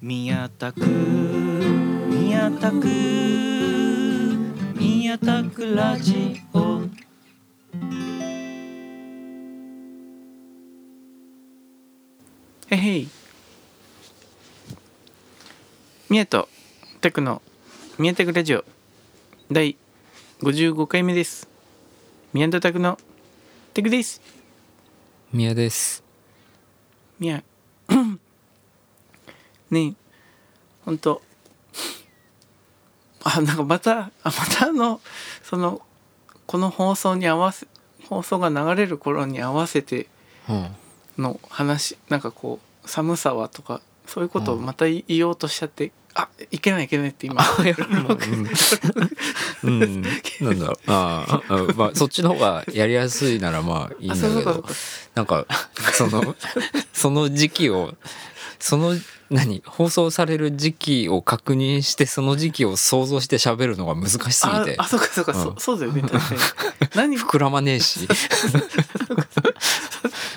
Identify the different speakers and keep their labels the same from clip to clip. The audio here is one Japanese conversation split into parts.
Speaker 1: 宮田区宮田区宮田区ラジオ
Speaker 2: へいへい三重とテクの宮テクラジオ第55回目です宮田クのテクです
Speaker 3: 宮です
Speaker 2: 宮 ねえほんとあなんかまたあまたあのそのこの放送に合わせ放送が流れる頃に合わせて
Speaker 3: うん
Speaker 2: の話なんかこう寒さはとかそういうことをまた言いようとしちゃって、あいけないいけないって今録
Speaker 3: うん、うんなんだろうあーあまあそっちの方がやりやすいならまあいいんだけ
Speaker 2: あそうかそう
Speaker 3: ど
Speaker 2: か
Speaker 3: なんかそのその時期をその何放送される時期を確認してその時期を想像して喋るのが難しすぎ
Speaker 2: あ
Speaker 3: て
Speaker 2: あそうかそうか、そ
Speaker 3: うん
Speaker 2: そうだよね確かに何 ま
Speaker 3: 膨らまねえし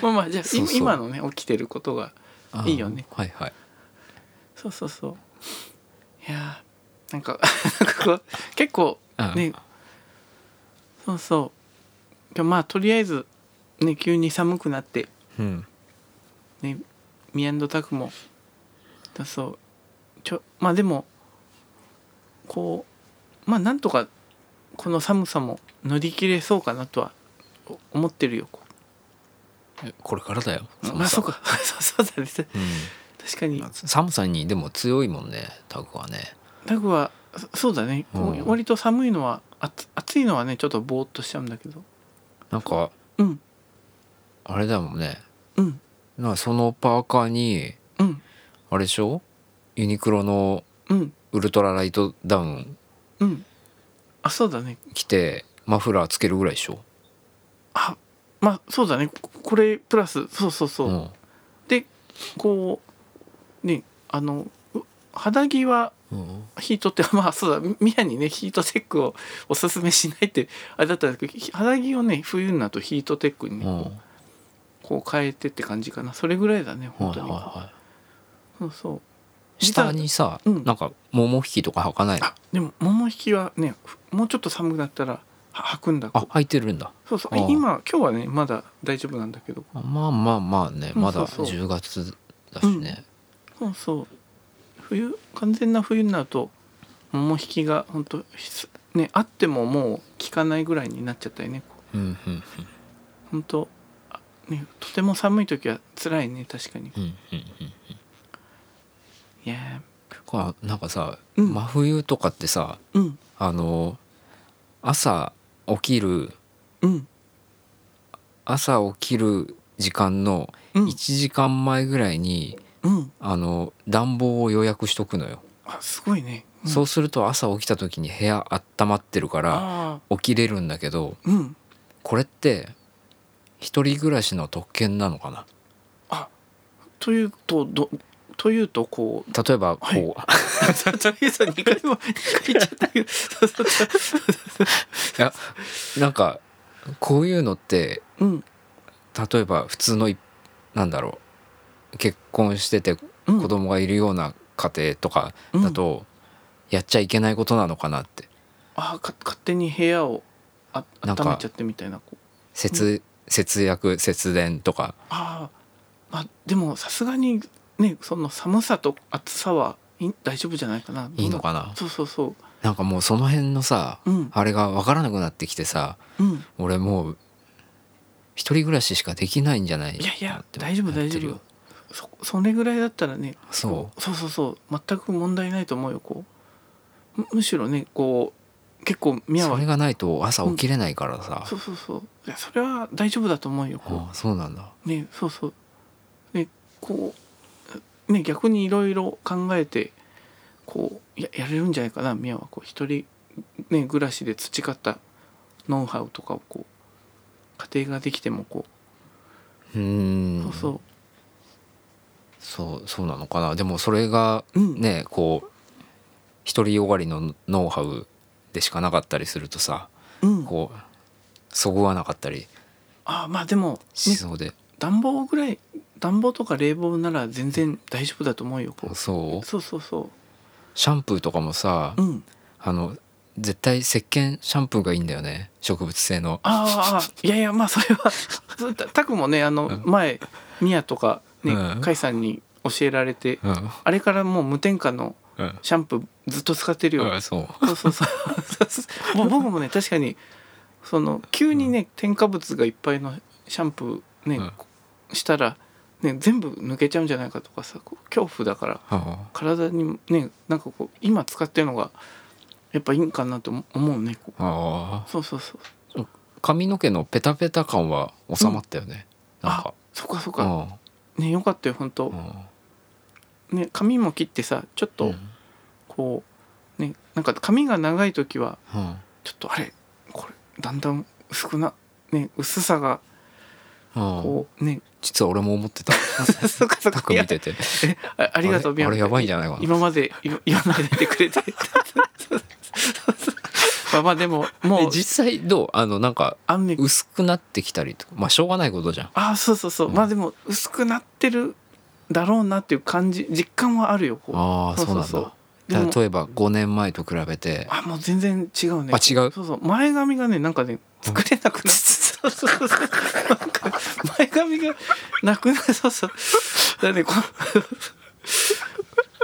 Speaker 2: あまあじゃあ
Speaker 3: そうそう
Speaker 2: 今のね起きてることが
Speaker 3: あ ー
Speaker 2: いいよね
Speaker 3: はいはい
Speaker 2: そうそうそういやーなんか なんかこう結構
Speaker 3: うん
Speaker 2: ねそうそうでもまあとりあえずね急に寒くなって
Speaker 3: うん
Speaker 2: ねミアンドタクもだそうちょまあでもこうまあなんとかこの寒さも乗り切れそうかなとはお思ってるよこ
Speaker 3: えこれからだよ
Speaker 2: う
Speaker 3: 寒
Speaker 2: まあ
Speaker 3: さ
Speaker 2: そうか そうそうだね
Speaker 3: うん
Speaker 2: 確かに
Speaker 3: 寒さにでも強いもんねタグはね
Speaker 2: タグはそそうだね、こう
Speaker 3: うん
Speaker 2: 割と寒いのはあつ暑いのはねちょっとぼーっとしちゃうんだけど
Speaker 3: なんか
Speaker 2: うん
Speaker 3: あれだもんね
Speaker 2: うん
Speaker 3: なんかそのパーカーに
Speaker 2: うん
Speaker 3: あれでしょユニクロの
Speaker 2: うん
Speaker 3: ウルトラライトダウン
Speaker 2: うんあそうだね
Speaker 3: 着てマフラーつけるぐらいでしょ
Speaker 2: あまあそうだねここれプラスそうそうそう、
Speaker 3: ん
Speaker 2: でこうねあのう肌着は
Speaker 3: うん
Speaker 2: ヒートって まあそうだみミヤにねヒートテックをおすすめしないってあれだったんですけどひ肌着をね冬になるとヒートテックにね、
Speaker 3: うん
Speaker 2: こう変えてって感じかなそれぐらいだね本
Speaker 3: はい
Speaker 2: 当に、
Speaker 3: は
Speaker 2: そうそう
Speaker 3: い下にさ
Speaker 2: うん
Speaker 3: なんか桃引きとか履かないの
Speaker 2: あでも桃引きはねふもうちょっと寒くなったらは履くんだ
Speaker 3: あ履いてるんだ
Speaker 2: そうそう
Speaker 3: あー
Speaker 2: 今今日はねまだ大丈夫なんだけど
Speaker 3: あまあまあまあね
Speaker 2: うん
Speaker 3: まだ
Speaker 2: そうそう
Speaker 3: 10月だしね
Speaker 2: そうそう冬完全な冬になると桃引きが本当ねあってももう効かないぐらいになっちゃったよね
Speaker 3: うんうんうん
Speaker 2: 本当あねとても寒い時は辛いね確かに
Speaker 3: うんうんうん
Speaker 2: いや
Speaker 3: これはなんかさ
Speaker 2: うん
Speaker 3: 真冬とかってさ
Speaker 2: ーうん
Speaker 3: あの朝起きる
Speaker 2: うん
Speaker 3: 朝起きる時間の
Speaker 2: うん
Speaker 3: 1時間前ぐらいに
Speaker 2: うん
Speaker 3: あの暖房を予約しとくのよ、
Speaker 2: あすごいね、うん
Speaker 3: そうすると朝起きた時に部屋温まってるから
Speaker 2: あ
Speaker 3: 起きれるんだけど
Speaker 2: ーうん
Speaker 3: これって一人暮らしの特権なのかな
Speaker 2: というとどというとこう
Speaker 3: 例えばこう、
Speaker 2: はいとりあえず2回も2回言っちゃったけどそうそうそう
Speaker 3: いやなんかこういうのって
Speaker 2: うん
Speaker 3: 例えば普通のいなんだろう結婚してて
Speaker 2: うん
Speaker 3: 子供がいるような家庭とかだとやっちゃいけないことなのかなって
Speaker 2: あか勝手に部屋をあ
Speaker 3: なんか
Speaker 2: 温めちゃってみたいなこう
Speaker 3: 節,、節約節電とか
Speaker 2: あーあでもさすがにねその寒さと暑さはいい大丈夫じゃないかない
Speaker 3: いの
Speaker 2: か
Speaker 3: かな、
Speaker 2: そうそうそ
Speaker 3: なんかもうその辺のさ、
Speaker 2: ううん
Speaker 3: あれが分からなくなってきてさ
Speaker 2: うん
Speaker 3: 俺もう一人暮らししかできないんじゃない
Speaker 2: いやいや
Speaker 3: って
Speaker 2: 大丈夫
Speaker 3: な
Speaker 2: 大
Speaker 3: って
Speaker 2: 丈
Speaker 3: る
Speaker 2: 夫そそれぐらいだったらね
Speaker 3: そ
Speaker 2: そうそうそう全く問題ないと思うよこうむむしろねこう結構
Speaker 3: う
Speaker 2: 宮
Speaker 3: そ
Speaker 2: は
Speaker 3: れがないと朝起きれないからさ、
Speaker 2: そうそうそういやそれは大丈夫だと思うよこう
Speaker 3: ああそうなんだ
Speaker 2: ねそうそうねこうね逆にいろいろ考えてこうややれるんじゃないかな宮はこう一人、ね、暮らしで培ったノウハウとかをこう家庭ができてもこ
Speaker 3: う
Speaker 2: う、
Speaker 3: ーん
Speaker 2: そうそ
Speaker 3: そうそうなのかなでもそれが
Speaker 2: ううん
Speaker 3: ねこう独りよがりのノウハウでしかなかったりするとさ
Speaker 2: うん、
Speaker 3: こうそぐわなかったり
Speaker 2: ああまあでも、
Speaker 3: し
Speaker 2: ね、
Speaker 3: そうで、
Speaker 2: 暖房ぐらい暖房とか冷房なら全然大丈夫だと思うよこう
Speaker 3: そう
Speaker 2: そうそうそ
Speaker 3: シャンプーとかもさ、
Speaker 2: ううん
Speaker 3: あの絶対石鹸シャンプーがいいんだよね植物性の
Speaker 2: あーあーいやいやまあそれは そうたたくもねあの
Speaker 3: うん
Speaker 2: 前ミヤとかね
Speaker 3: うん
Speaker 2: 甲斐さんに教えられて
Speaker 3: うん
Speaker 2: あれからもう無添加の
Speaker 3: うん、
Speaker 2: シャンプーずっと使ってるよ、
Speaker 3: うん、そう
Speaker 2: そうそうそうもう僕もね確かにその急にね、添加物がいっぱいのシャンプーね、
Speaker 3: うん
Speaker 2: したら、ね、全部抜けちゃうんじゃないかとかさこう恐怖だから
Speaker 3: あ
Speaker 2: 体にねなんかこう今使ってるのがやっぱいいんかなと思思うねこう
Speaker 3: あ
Speaker 2: そうそうそう
Speaker 3: 髪の毛のペタペタ感は収まったよね、なん
Speaker 2: あ
Speaker 3: か
Speaker 2: そっかそっ
Speaker 3: う
Speaker 2: か、ねよかったよ本当
Speaker 3: ん、うん
Speaker 2: ね髪も切ってさちょっ
Speaker 3: う
Speaker 2: と
Speaker 3: ん
Speaker 2: こう、ねなんか髪が長い時は
Speaker 3: うん
Speaker 2: ちょっとあれこれだんだん薄くなね薄さが
Speaker 3: うん
Speaker 2: こうね
Speaker 3: 実は俺も思って た
Speaker 2: そっかそっ
Speaker 3: タ
Speaker 2: か。
Speaker 3: ク
Speaker 2: いや
Speaker 3: 見てて
Speaker 2: あありがとう、
Speaker 3: あ
Speaker 2: 宮
Speaker 3: れあ
Speaker 2: 本
Speaker 3: れやばいんじゃないかな
Speaker 2: 今まで言言わないでてくれて。 まあまあでも、も
Speaker 3: え
Speaker 2: う、
Speaker 3: 実際どうあのなんか
Speaker 2: あんね、
Speaker 3: 薄くなってきたりとかまあしょうがないことじゃん
Speaker 2: あそうそうそう。
Speaker 3: うん
Speaker 2: まあでも、薄くなってるだろうなっていう感じ、実感はあるよ、こ
Speaker 3: ああ
Speaker 2: そう
Speaker 3: そう
Speaker 2: そうそ
Speaker 3: なんだ
Speaker 2: うでも
Speaker 3: 例えば5年前と比べて
Speaker 2: う。あ、もう全然違うね。
Speaker 3: あ違う
Speaker 2: そうそう。前髪がね、なんかね、作れなくなって。そうそうそう。なんか、前髪がなくなる。そうそう。だね、こ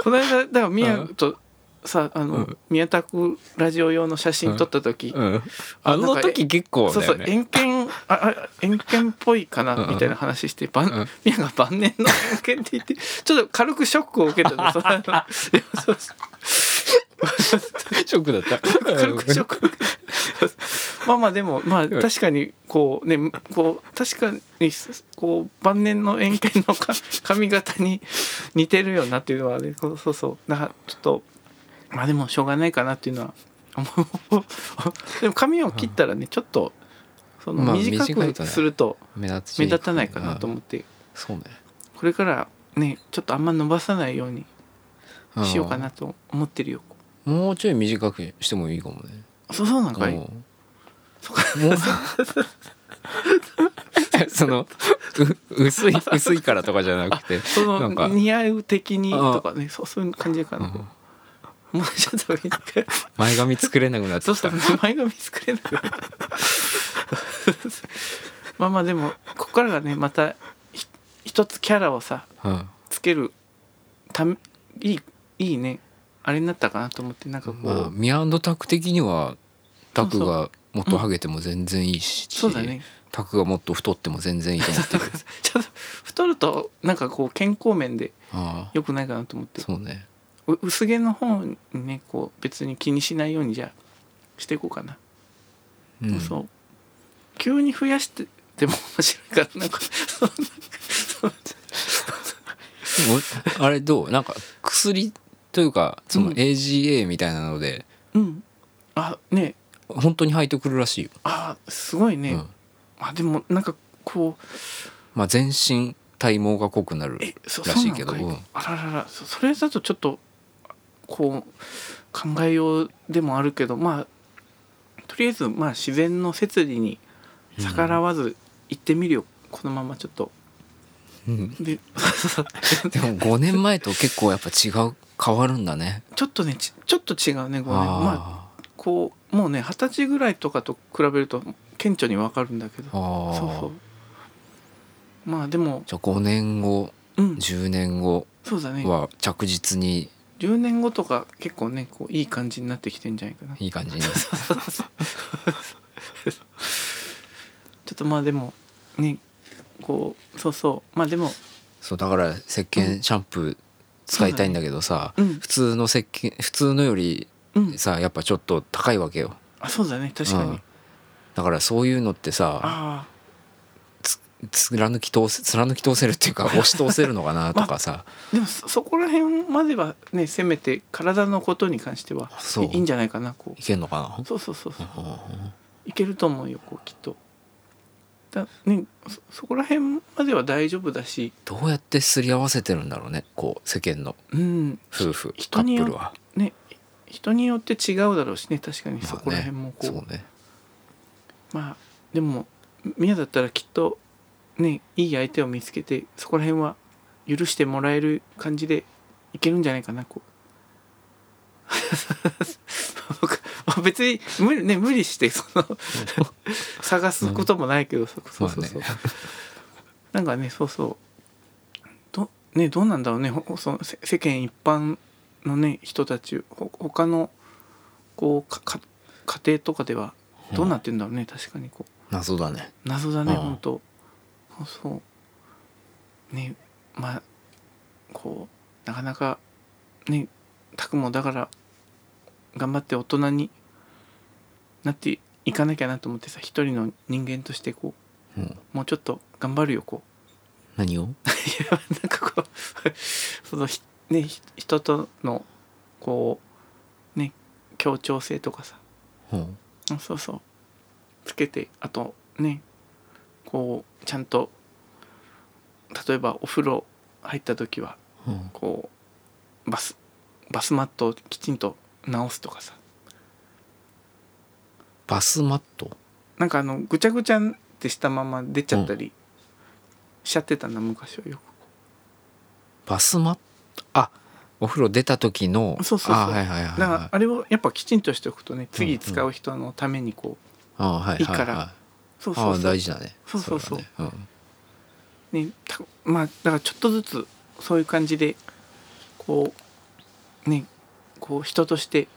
Speaker 2: この間、だから、宮と、さあの、
Speaker 3: うん
Speaker 2: 宮田区ラジオ用の写真撮った時、
Speaker 3: うんあの時結構
Speaker 2: そう
Speaker 3: だ
Speaker 2: そ
Speaker 3: よ
Speaker 2: う
Speaker 3: ね
Speaker 2: 円剣ああ円剣っぽいかな
Speaker 3: うん
Speaker 2: みたいな話してば
Speaker 3: うん
Speaker 2: んミヤが晩年の円剣って言ってちょっと軽くショックを受けたの そうそうそう
Speaker 3: ショックだった
Speaker 2: 軽くショッ クを受けたまあまあでもまあ確かにこうねこう確かにこう晩年の円剣の か髪型に似てるよなっていうのはねこうそうそうなちょっとまあでもしょうがないかなっていうのは思うでも髪を切ったらねちょっとそ
Speaker 3: ま
Speaker 2: の
Speaker 3: あ
Speaker 2: 短
Speaker 3: 短いと
Speaker 2: く
Speaker 3: ね
Speaker 2: すると
Speaker 3: 目立ち
Speaker 2: 目立たないかなと思
Speaker 3: う
Speaker 2: っ
Speaker 3: ん
Speaker 2: て
Speaker 3: そうね
Speaker 2: これからねちょっとあんま伸ばさないように
Speaker 3: ん
Speaker 2: しようかなと思ってるよ
Speaker 3: もうちょい短くしてもいいかもね
Speaker 2: そうそうなんかい
Speaker 3: うんもう そのう薄い薄いからとかじゃなくて
Speaker 2: そ
Speaker 3: な
Speaker 2: の
Speaker 3: んか
Speaker 2: 似合う的にとかねそうそういう感じかな
Speaker 3: うん
Speaker 2: もうちょっと短く
Speaker 3: 前髪作れなくなって
Speaker 2: そ
Speaker 3: きた
Speaker 2: うそう前髪作れなくなったまあまあでもここからがねまたひ一つキャラをさ
Speaker 3: うん
Speaker 2: つけるためいいいいねあれになったかなと思ってなんかこう、
Speaker 3: まあミアンドタク的にはタクがもっとハゲても全然いいし
Speaker 2: そうだね
Speaker 3: タクがもっと太っても全然いいと思ってる
Speaker 2: ちょっと太るとなんかこう健康面で
Speaker 3: あ
Speaker 2: 良くないかなと思っ
Speaker 3: あ
Speaker 2: て
Speaker 3: そうね
Speaker 2: う薄毛の方にねこう別に気にしないようにじゃあしていこうかな、
Speaker 3: うん
Speaker 2: そう急に増やしてでも面白いからなんかそうそう
Speaker 3: おあれどうなんか薬というかその
Speaker 2: うん
Speaker 3: AGA みたいなので
Speaker 2: うん あね
Speaker 3: 本当に入ってくるらしいよ、
Speaker 2: あすごいね、
Speaker 3: うん
Speaker 2: あでもなんかこう
Speaker 3: まあ、全身体毛が濃くなる
Speaker 2: えそ
Speaker 3: ら
Speaker 2: そう
Speaker 3: し
Speaker 2: ないん
Speaker 3: け
Speaker 2: か
Speaker 3: ど
Speaker 2: い
Speaker 3: うん
Speaker 2: あらららそそれだとちょっとこう考えようでもあるけどまあとりあえずまあ自然の摂理に逆らわず行ってみるよ、このままちょっと
Speaker 3: うん
Speaker 2: で
Speaker 3: でも5年前と結構やっぱ違う変わるんだね
Speaker 2: ちょっとねちちょっと違うね5年まあ
Speaker 3: あ
Speaker 2: こうもうね二十歳ぐらいとかと比べると顕著にわかるんだけど
Speaker 3: ーあ
Speaker 2: そう
Speaker 3: ー
Speaker 2: そうまあでも
Speaker 3: じゃあ5年後
Speaker 2: うん
Speaker 3: 10年後
Speaker 2: そうだね
Speaker 3: は着実に
Speaker 2: 10年後とか結構ねこういい感じになってきてんじゃないかない
Speaker 3: い感じになる
Speaker 2: ちょっとまあでもねこうそうそうまあでも
Speaker 3: そうだから石鹸シャンプー使いたいんだけどさ、
Speaker 2: うん
Speaker 3: 普通の石鹸普通のより
Speaker 2: うん
Speaker 3: さやっぱちょっと高いわけよ
Speaker 2: あそうだね確かに、
Speaker 3: うんだからそういうのってさ
Speaker 2: あ
Speaker 3: 貫き通せ貫き通せるっていう か押し通せるのかなとかさ、
Speaker 2: あでもそそこら辺まではねせめて体のことに関しては
Speaker 3: そう
Speaker 2: いいいんじゃないかなこ
Speaker 3: いけんのか
Speaker 2: うそうそうそうそう
Speaker 3: な、うん
Speaker 2: いけると思うよこうきっとだねそそこら辺までは大丈夫だし
Speaker 3: どうやってすり合わせてるんだろうねこう世間の
Speaker 2: うん
Speaker 3: 夫婦
Speaker 2: 人
Speaker 3: カ
Speaker 2: に
Speaker 3: ッ
Speaker 2: よ
Speaker 3: プルは
Speaker 2: ね人によって違うだろうしね確かに
Speaker 3: まあ
Speaker 2: そこら辺もこう,、
Speaker 3: ねそうね
Speaker 2: まあでも宮だったらきっとねいい相手を見つけてそこら辺は許してもらえる感じでいけるんじゃないかなこう 僕別に無理,、ね、無理してその探すこともないけど、そそうそうそう、
Speaker 4: まあ
Speaker 2: なんかねそうそうど,、ね、どうなんだろうねほそのせ世間一般のね人たちほ他のこうかか家庭とかではどうなってんだろうね、確かにこう
Speaker 3: 謎だね
Speaker 2: 謎だね、
Speaker 3: うん
Speaker 2: ほんとそうそうねまあこうなかなかねたくもだから頑張って大人になっていかなきゃなと思ってさ一人の人間としてこう、
Speaker 3: うん
Speaker 2: もうちょっと頑張るよこう
Speaker 3: 何を
Speaker 2: いやなんかこう そのひねひ人とのこうね協調性とかさ
Speaker 3: うん
Speaker 2: うんそうそうつけてあとねこうちゃんと例えばお風呂入った時は
Speaker 3: うん
Speaker 2: こうバスバスマットをきちんと直すとかさ
Speaker 3: バスマット
Speaker 2: なんかあのぐちゃぐちゃってしたまま出ちゃったりしちゃってたな、昔はよ
Speaker 3: バスマットあお風呂出た時の
Speaker 2: そうそうそう
Speaker 3: あはいはいはいは
Speaker 2: く
Speaker 3: い
Speaker 2: だからあれをやっぱきちんとしておくとね
Speaker 3: うんう
Speaker 2: 次
Speaker 3: ん
Speaker 2: 使う人のためにこう
Speaker 3: あはいはいはい
Speaker 2: いからそうそう
Speaker 3: あ
Speaker 2: そう
Speaker 3: 大事だね
Speaker 2: そうそうそう
Speaker 3: れはね
Speaker 2: ね、たまあだからちょっとずつそういう感じでこうねこう人として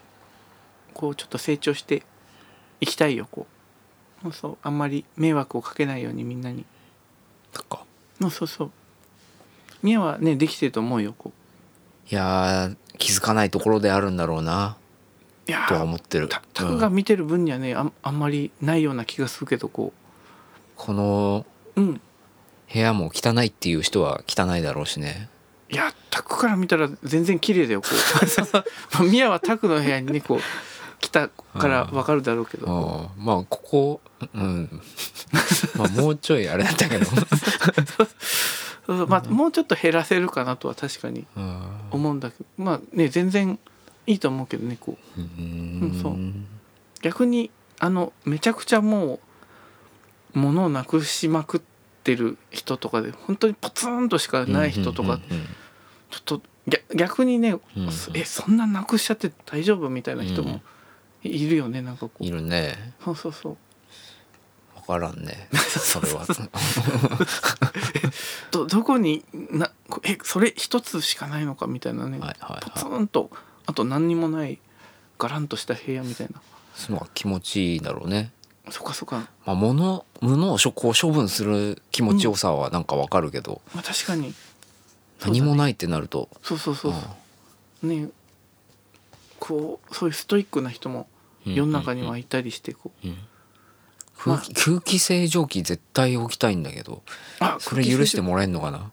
Speaker 2: こうちょっと成長していきたいよこうそうそうあんまり迷惑をかけないようにみんなに
Speaker 3: うん、そっか
Speaker 2: もうそうそうみやはねできてると思うよこ
Speaker 3: いやー気づかないところであるんだろうな
Speaker 2: ういや
Speaker 3: とは思ってる
Speaker 2: た
Speaker 3: う
Speaker 2: た
Speaker 3: ん
Speaker 2: くが見てる分にはねあんあんまりないような気がするけどこ
Speaker 3: この
Speaker 2: ううん
Speaker 3: 部屋も汚いっていう人は汚いだろうしね
Speaker 2: いやタクから見たら全然綺麗だよこ うそうそうまあみやはタクの部屋にねこう来たからわかるだろうけどこう
Speaker 3: ああまあここうん まあもうちょいあれだったけど、
Speaker 2: そうそうまあ、もうちょっと減らせるかなとは確かに
Speaker 3: うん
Speaker 2: 思うんだけどまあね全然いいと思うけどねこう
Speaker 3: う ん
Speaker 2: そう逆にあのめちゃくちゃもう物をなくしまくってる人とかで本当にポツンとしかない人とか
Speaker 3: うんうん
Speaker 2: ちょっと逆逆にね、
Speaker 3: うんうん
Speaker 2: えそんななくしちゃって大丈夫みたいな人もいるよねなんかこう
Speaker 3: いるね
Speaker 2: そうそうそう
Speaker 3: 分からんねそ れは
Speaker 2: どどこになこえそれ一つしかないのかみたいなね、
Speaker 3: はいはい
Speaker 2: ポツ
Speaker 3: はい
Speaker 2: ンとあと何にもないガランとした部屋みたいな
Speaker 3: その方が気持ちいいだろうね
Speaker 2: そっかそっか
Speaker 3: まあ物物を処こう処分する気持ちよさはなんかわかるけど、
Speaker 2: まあ確かに
Speaker 3: 何もないってなると
Speaker 2: そうそうそうそうねこうそういうストイックな人も
Speaker 3: うん
Speaker 2: 世の中にはいたりしてこう
Speaker 3: 空気空気清浄機絶対置きたいんだけど
Speaker 2: あ
Speaker 3: それ許して
Speaker 2: も
Speaker 3: もらえんのかな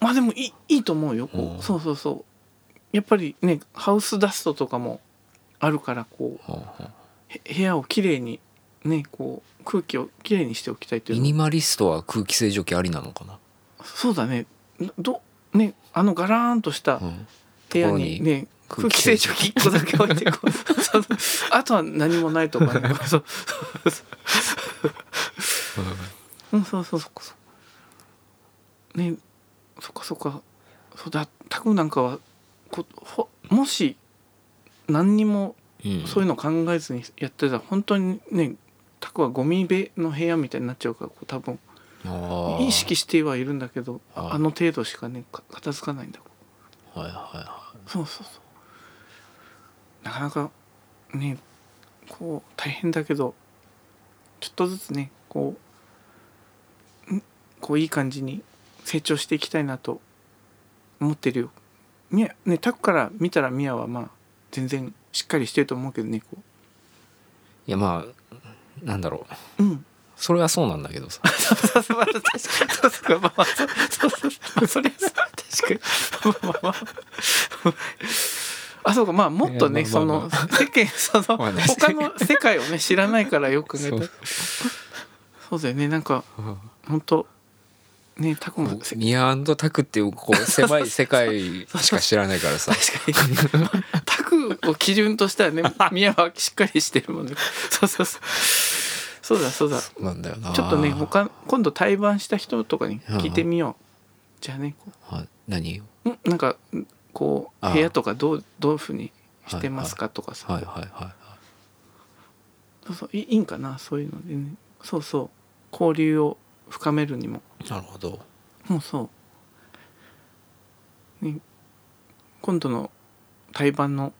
Speaker 2: まあでもいいいいと思うよこ
Speaker 3: う
Speaker 2: うんそうそうそうやっぱりねハウスダストとかもあるからこう
Speaker 3: うんうん
Speaker 2: へ部屋をきれいにねこう空気をきれいにしておきたいという
Speaker 3: ミ
Speaker 2: のも
Speaker 3: ニマリストは空気清浄機ありなのかな
Speaker 2: そうだねどねあのガラーンとした
Speaker 3: うん
Speaker 2: 部屋にね空
Speaker 3: ところに
Speaker 2: 気清浄機1個だけ置いてこう そのあとは何もないとかねそううんそうそうそっかそっかねそっかそっかそうだたくなんかはこほもし何にも
Speaker 3: うん
Speaker 2: そういうの考えずにやってたら本当にねたくはゴミ部の部屋みたいになっちゃうからこう多分
Speaker 3: あー
Speaker 2: 意識してはいるんだけど
Speaker 3: あ
Speaker 2: あ
Speaker 3: ー
Speaker 2: の程度しかねか片付かないんだ
Speaker 3: はいはいは
Speaker 2: そうそうそうなかなかねこう大変だけどちょっとずつねこうんこういい感じに成長していきたいなと思ってるよみやねタクから見たらミヤはまあ全然しっかりしてると思うけどねこ
Speaker 3: いいやまあなんだろう
Speaker 2: ううん
Speaker 3: それはそうなんだけど さ
Speaker 2: そうそうまあ確かにそうそうまあまあそうそうそうそれはそう確かにまあまあ まああそうかまあもっとね
Speaker 3: いやま
Speaker 2: そ
Speaker 3: あまあ
Speaker 2: の世間 その
Speaker 3: まあね
Speaker 2: 他の世界をね知らないからよく考えた
Speaker 3: そ
Speaker 2: ら
Speaker 3: う
Speaker 2: そうだよねなんか本当ねタコもせ
Speaker 3: ミアタクっていうこう狭い世界しか知らないから さ
Speaker 2: 確かに タクを基準としたらね宮はしっかりしてるもんねそうそうそうそうだそうだ
Speaker 3: そうなんだよな
Speaker 2: ちょっとね他今度対バンした人とかに聞いてみようじゃあねこ
Speaker 3: あ何
Speaker 2: ううんなんかんこ
Speaker 3: あ
Speaker 2: う
Speaker 3: ー
Speaker 2: 部屋とかどうどういうふうにしてますかとかさ、
Speaker 3: はいはいはいはい
Speaker 2: そうそういいいんかなそういうのでねそうそう交流を深めるにも
Speaker 3: なるほど
Speaker 2: もうそう、ね、今度の対バンの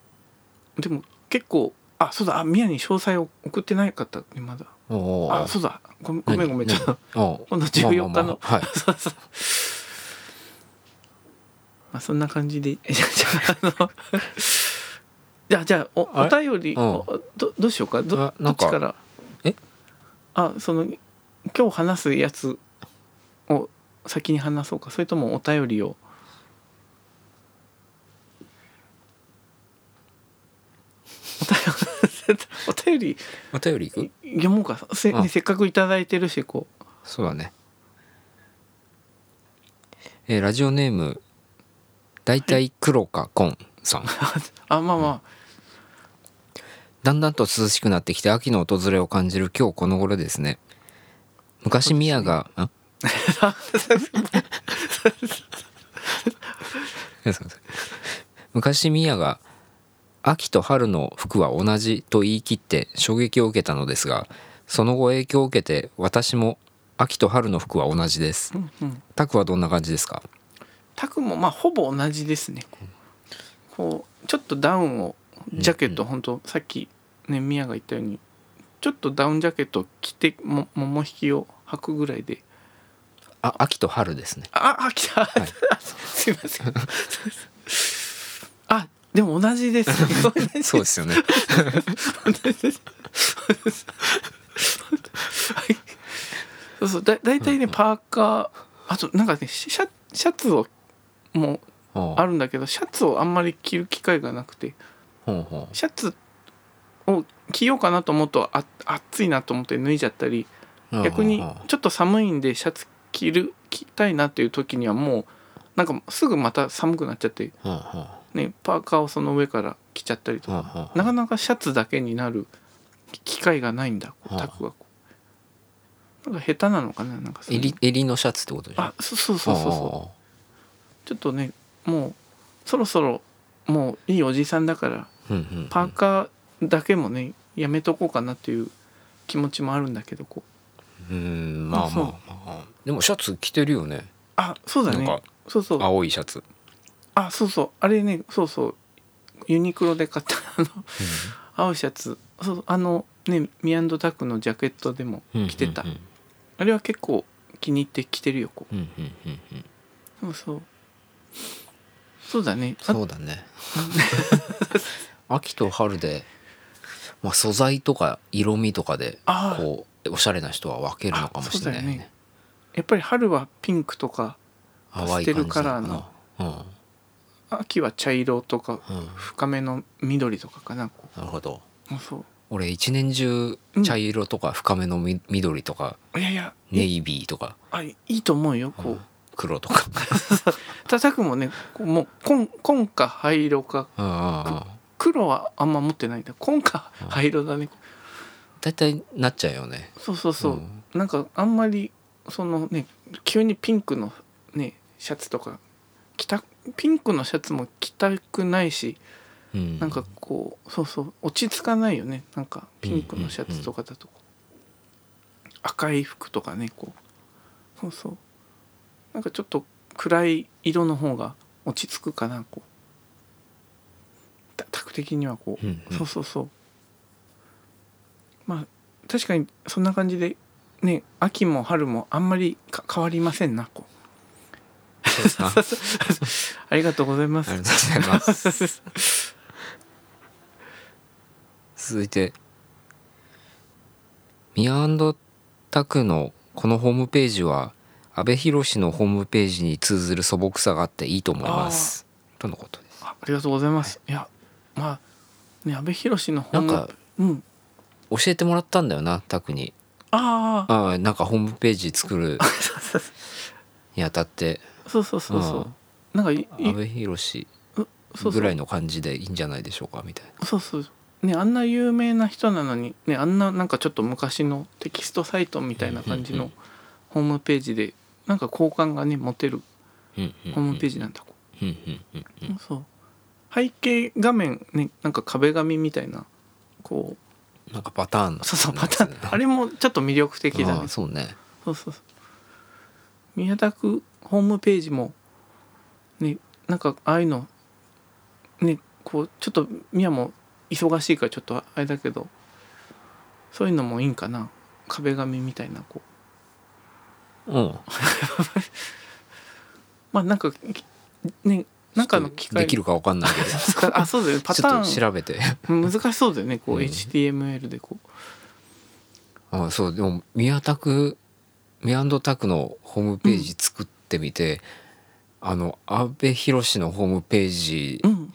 Speaker 2: でも結構あそうだあ宮に詳細を送ってなかったねまだ
Speaker 3: おお
Speaker 2: あそうだごめんごめんごめんちょっと
Speaker 3: お
Speaker 2: 今度14日
Speaker 3: まあまあ
Speaker 2: の
Speaker 3: まあはい
Speaker 2: そうそうまあそんな感じで じゃあじゃああの じゃあじゃあお
Speaker 3: あ
Speaker 2: お便り
Speaker 3: うん
Speaker 2: おどどうしようかど
Speaker 3: あな
Speaker 2: ど
Speaker 3: ん
Speaker 2: っ
Speaker 3: か
Speaker 2: ちから
Speaker 3: え
Speaker 2: あその今日話すやつを先に話そうかそれともお便りをお便りお便り
Speaker 3: お便り行く
Speaker 2: 読もうかせ,、
Speaker 3: うん
Speaker 2: せっかくいただいてるしこう
Speaker 3: そうだねえーラジオネーム大体黒かコン さん
Speaker 2: あまあま
Speaker 3: だんだんと涼しくなってきて秋の訪れを感じる今日この頃ですね昔ミヤがん すいません昔ミヤが秋と春の服は同じと言い切って衝撃を受けたのですがその後影響を受けて私も秋と春の服は同じです
Speaker 2: あ、うん うん、
Speaker 3: タクはどんな感じですか
Speaker 2: タクもまあほぼ同じですねこうこうちょっとダウンをジャケット、ほんとさっきねミヤが言ったようにちょっとダウンジャケットを着ても桃引きを履くぐらいで
Speaker 3: あ秋と春で すね
Speaker 2: ああ来た、
Speaker 3: い
Speaker 2: すいません あでも同じです 同じです
Speaker 3: そうで すよね
Speaker 2: はいそうそうだ大体ねパーカーあとなんかねシャシャツをもう
Speaker 3: ほう
Speaker 2: あるんだけどシャツをあんまり着る機会がなくて
Speaker 3: ほうほう
Speaker 2: シャツを着ようかなと思うとあ暑いなと思って脱いじゃったり逆にちょっと寒いんでシャツ着る着たいなっていう時にはもうなんかすぐまた寒くなっちゃって、
Speaker 3: ほうほう
Speaker 2: ね、パーカーをその上から着ちゃったりとか
Speaker 3: ほうほう
Speaker 2: なかなかシャツだけになる機会がないんだこう
Speaker 3: はあ
Speaker 2: タクはこうなんか下手なのかななんかそういう
Speaker 3: 襟襟のシャツってことじゃん
Speaker 2: あそうそうそうそうそうちょっとねもうそろそろもういいおじさんだから
Speaker 3: う、うんうん、
Speaker 2: パーカーだけもねやめとこうかなっていう気持ちもあるんだけどこう
Speaker 3: うんまあ
Speaker 2: あそう
Speaker 3: まあまあでもシャツ着てるよね
Speaker 2: あそうだ
Speaker 3: なん
Speaker 2: ね
Speaker 3: か
Speaker 2: そうそう
Speaker 3: 青いシャツ
Speaker 2: あそうそうあれねそうそうユニクロで買ったあの 青いシャツそうあのねミアンドタクのジャケットでも着てた、
Speaker 3: うん
Speaker 2: あれは結構気に入って着てるよこう
Speaker 3: うんうんうんうんうん
Speaker 2: そうそうそうだねあ
Speaker 3: そう だね秋と春で、まあ、素材とか色味とかで
Speaker 2: あー
Speaker 3: こうおしゃれな人は分けるのかもしれないよね
Speaker 2: やっぱり春はピンクとかそうだよね
Speaker 3: 淡い感じなのかな
Speaker 2: パステルカラーの
Speaker 3: うん
Speaker 2: 秋は茶色とか
Speaker 3: うん
Speaker 2: 深めの緑とかかなこ
Speaker 3: なるほど
Speaker 2: うもうそ
Speaker 3: 俺一年中茶色とか深めのみ緑とか
Speaker 2: ういやいや
Speaker 3: ネイビーとか
Speaker 2: あいいと思うよこう
Speaker 3: 黒とか
Speaker 2: 叩くもねこうもう紺紺か灰色か
Speaker 3: うんうんうん
Speaker 2: 黒はあんま持ってないんだ紺か灰色だね
Speaker 3: 大体なっちゃうよね
Speaker 2: そうそうそう、
Speaker 3: うん
Speaker 2: なんかあんまりそのね急にピンクのねシャツとか着たピンクのシャツも着たくないし
Speaker 3: うん
Speaker 2: なんかこうそうそう落ち着かないよねなんかピンクのシャツとかだと、赤い服とかねこうそうそうなんかちょっと暗い色の方が落ち着くかなこうたタク的にはこう、
Speaker 3: うんうん
Speaker 2: そうそうそうまあ確かにそんな感じでね秋も春もあんまりか変わりませんなこう
Speaker 3: そうですな あり
Speaker 2: ありがとうございます
Speaker 3: がとうございます 続いてミアタクのこのホームページは安倍博のホームページに通ずる素朴さがあっていいと思いますとのことです
Speaker 2: あありがとうございます。い、や、まあ、ね、阿部寛の
Speaker 3: な
Speaker 2: 本
Speaker 3: んか
Speaker 2: うん、
Speaker 3: 教えてもらったんだよなタクに
Speaker 2: ああ、
Speaker 3: ああなんかホームページ作るにあたって。
Speaker 2: そうそうそうそううん なんかい、い
Speaker 3: 安倍博
Speaker 2: うそうそう
Speaker 3: ぐらいの感じでいいんじゃないでしょうかみたいな
Speaker 2: そうそう。ねあんな有名な人なのにねあんななんかちょっと昔のテキストサイトみたいな感じ
Speaker 4: うんう
Speaker 2: のホームページでなんか好感がね持てる
Speaker 4: うんうんうん
Speaker 2: ホームページなんだ、
Speaker 4: うんうんうんうん
Speaker 2: そう背景画面ねなんか壁紙みたいなこう
Speaker 4: なんかパターンの
Speaker 2: そうそうパタ
Speaker 4: やつ
Speaker 2: ー
Speaker 4: ね
Speaker 2: ンあれもちょっと魅力的だ
Speaker 4: あ
Speaker 2: ね
Speaker 4: ーそうね
Speaker 2: そうそうそう宮田区ホームページもねなんかああいうのねこうちょっと宮も忙しいからちょっとあれだけどそういうのもいいんかな壁紙みたいなこう
Speaker 4: うん
Speaker 2: まあなんかきねなんかの機械
Speaker 4: できるかわかんないけど
Speaker 2: あそうだよね パ
Speaker 4: ち
Speaker 2: タ
Speaker 4: ょっと
Speaker 2: ーン
Speaker 4: 調べて
Speaker 2: 難しそうだよねこう、
Speaker 4: うん
Speaker 2: HTML でこう
Speaker 4: あーそうでも宮田区宮田区のホームページ作ってみて、あの阿部寛のホームページ、
Speaker 2: うん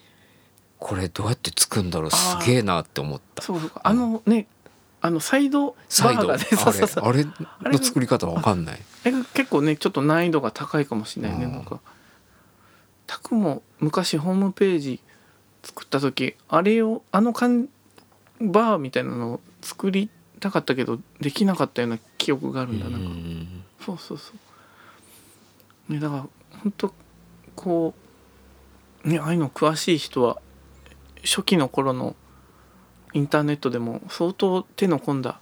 Speaker 4: これどうやって作るんだろうす
Speaker 2: あー
Speaker 4: げえなって思った
Speaker 2: そうそうあのねあのサイドバ
Speaker 4: サイ
Speaker 2: ー
Speaker 4: ドあ
Speaker 2: が
Speaker 4: れ
Speaker 2: ねそうそうそう
Speaker 4: あれの作り方わかんない
Speaker 2: あれが結構ねちょっと難易度が高いかもしれないね、
Speaker 4: うん
Speaker 2: なんかタクも昔ホームページ作った時あれをあのかんバーみたいなのを作りたかったけどできなかったような記憶があるんだ、なんか
Speaker 4: うん
Speaker 2: そうそうそうねだから本当こうねああいうの詳しい人は初期の頃のインターネットでも相当手の込んだ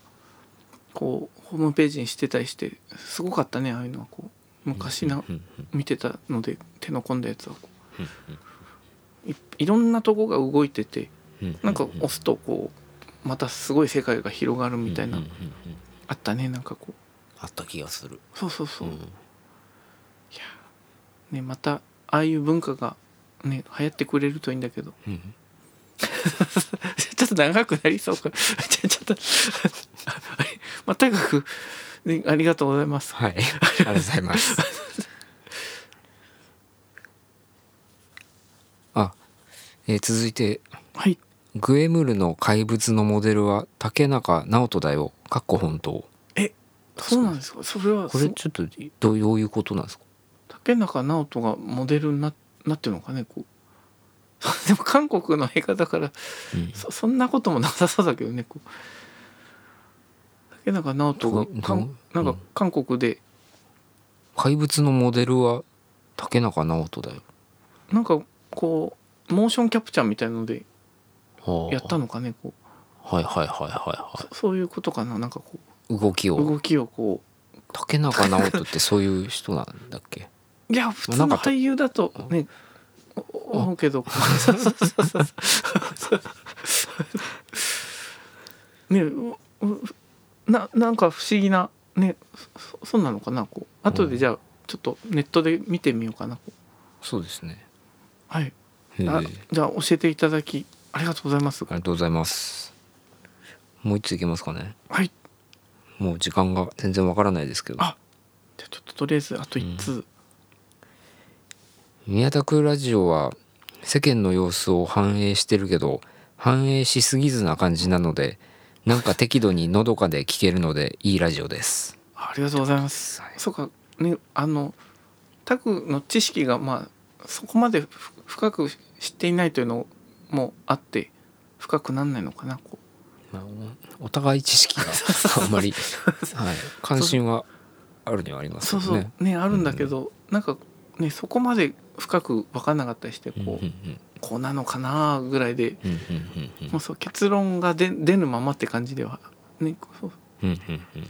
Speaker 2: こうホームページにしてたりしてすごかったねああいうのはこう昔な
Speaker 4: うん
Speaker 2: 見てたので手の込んだやつはこういいろんなとこが動いてて
Speaker 4: うう
Speaker 2: なんか
Speaker 4: う
Speaker 2: 押すとこうまたすごい世界が広がるみたいな
Speaker 4: うんうんうんうん
Speaker 2: あったねなんかこう
Speaker 4: あった気がする
Speaker 2: そうそうそううんね、またああいう文化が、ね、流行ってくれるといいんだけど
Speaker 4: うん
Speaker 2: ちょっと長くなりそうか ちょちょっとあれまあとにかく、ね、ありがとうございます
Speaker 4: はいありがとうございますあ、
Speaker 3: えー続いて
Speaker 2: はい
Speaker 3: グエムルの怪物のモデルは竹中直人だよ。かっこ本当。
Speaker 2: そうなんですかそれは
Speaker 3: こ
Speaker 2: そ
Speaker 3: れちょっとどういうことなんですか。
Speaker 2: 竹中直人がモデルにななってるのかねこう でも韓国の映画だから
Speaker 4: うん
Speaker 2: そそんなこともなさそうだけどねこう竹中直人が
Speaker 3: どう
Speaker 2: かんなんか韓国で
Speaker 3: 怪物のモデルは竹中直人だよ。
Speaker 2: なんかこうモーションキャプチャーみたいので
Speaker 4: はあ
Speaker 2: やったのかねこう
Speaker 4: はいはいはいはいは
Speaker 2: そそういうことかななんかこ
Speaker 3: 動き
Speaker 2: う
Speaker 3: を
Speaker 2: 動きをこ
Speaker 3: 竹中直人ってそういう人なんだっけ。
Speaker 2: ういや普通
Speaker 3: なん
Speaker 2: の
Speaker 3: かと
Speaker 2: 俳優だとねおお思うけど そうそうそうそうねううななんか不思議なねそそそうなのかなこう後でじゃあちょっとネットで見てみようかなこう
Speaker 3: そうですね。
Speaker 2: はい
Speaker 3: へえ
Speaker 2: あじゃあ教えていただきありがとうございます
Speaker 3: ありがとうございます。もう一ついけますかね。
Speaker 2: はい
Speaker 3: もう時間が全然わからないですけど
Speaker 2: あ。じゃあちょっととりあえずあと1通
Speaker 3: 宮田区ラジオは世間の様子を反映してるけど反映しすぎずな感じなのでなんか適度にのどかで聞けるのでいいラジオです。
Speaker 2: あありがとうございます。
Speaker 3: はい
Speaker 2: そうかねあのタクの知識がまあそこまでふ深く知っていないというのもあって深くなんないのかなこう
Speaker 3: まあおお互い知識があんまり、はい、関心はあるにはありま
Speaker 2: そ
Speaker 3: すよ
Speaker 2: う
Speaker 3: ね。
Speaker 2: そうねあるんだけど、なんかねそこまで深く分かんなかったりしてこ
Speaker 4: い。
Speaker 2: う、
Speaker 4: うんうん
Speaker 2: こうなのかなぐらいで、
Speaker 4: うんうんうん
Speaker 2: もうそう結論が出出ぬままって感じではねこうそう
Speaker 4: うんうんうんうん
Speaker 2: ま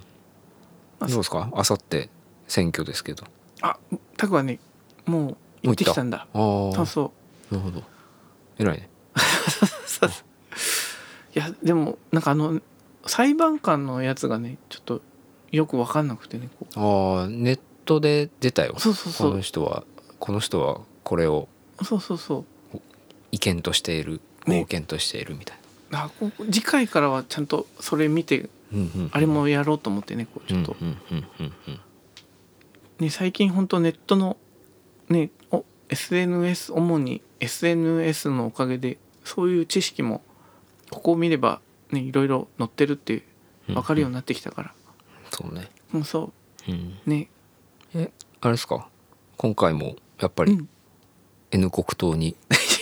Speaker 2: あ
Speaker 3: どうですかあさって選挙ですけど。
Speaker 2: あタクはねもう行ってきたんだ。
Speaker 3: ああ
Speaker 2: そうそう
Speaker 3: なるほど。偉いね。
Speaker 2: そうそういやでもなんかあの裁判官のやつがねちょっとよく分かんなくてねこ
Speaker 3: ああネットで出たよ
Speaker 2: う。そうそうそ
Speaker 3: この
Speaker 2: う
Speaker 3: 人はこの人はこれを
Speaker 2: そうそうそう
Speaker 3: 意見としている
Speaker 2: ね
Speaker 3: 冒険としているみたい
Speaker 2: あこう次回からはちゃんとそれ見て
Speaker 3: な。うんうん
Speaker 2: あれもやろうと思ってねこうちょっと、
Speaker 4: うんうんうんうん
Speaker 2: ね、最近ほんとネットのねお SNS 主に SNS のおかげでそういう知識もここを見ればねいろいろ載ってるって分かるようになってきたから、
Speaker 3: そうね。
Speaker 2: もうそ
Speaker 4: うん
Speaker 2: うね
Speaker 3: えあれですか今回もやっぱ
Speaker 2: う
Speaker 3: り
Speaker 2: ん
Speaker 3: N 国党に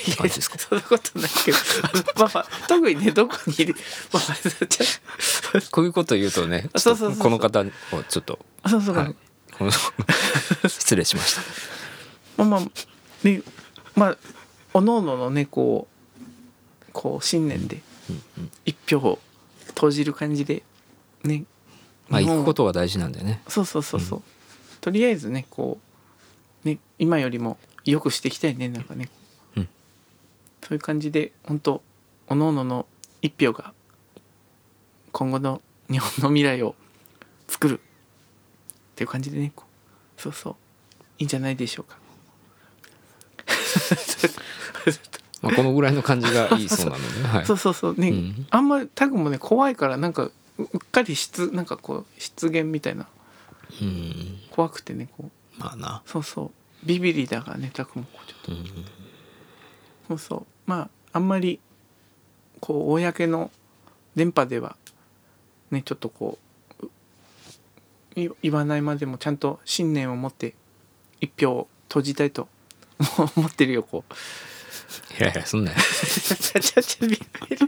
Speaker 2: いや
Speaker 3: 感じですか
Speaker 2: そんなことないけど あのまあまあ特にねどこにいるまあまあちょ
Speaker 3: こういうこと言うとね
Speaker 2: あ
Speaker 3: ち ょ
Speaker 2: そうそ
Speaker 3: っ
Speaker 2: うそう
Speaker 3: と
Speaker 2: そう
Speaker 3: この方をちょっと
Speaker 2: あそうそう、
Speaker 3: はいこの 失礼しました
Speaker 2: まあまあねまあおのおののねこうこう信念で一票を投じる感じでね
Speaker 3: まあ
Speaker 2: 日
Speaker 3: 行
Speaker 2: 本を
Speaker 3: くことが大事なんだよね
Speaker 2: そうそうそうそう、とりあえずねこうね今よりも良くしていきたいねなんかね、
Speaker 3: うん
Speaker 2: そういう感じで本当おのおのの一票が今後の日本の未来を作るっていう感じでねこうそうそういいんじゃないでしょうか
Speaker 3: まあこのぐらいの感じがいいそうなので、ね、はい
Speaker 2: そうそうそうね、
Speaker 3: うん
Speaker 2: あんまりタグもね怖いからなんかううっかり失なんかこう失言みたいな
Speaker 3: うん
Speaker 2: 怖くてねこう
Speaker 3: まあな
Speaker 2: そうそうビビリだからねタグもこうちょっと
Speaker 3: うん
Speaker 2: そうそうまああんまりこう公の電波ではねちょっとこううい言わないまでもちゃんと信念を持って一票を投じたいともう思ってるよこう。
Speaker 3: ヘラヘラすんなよ
Speaker 2: ちゃちゃちゃちゃビ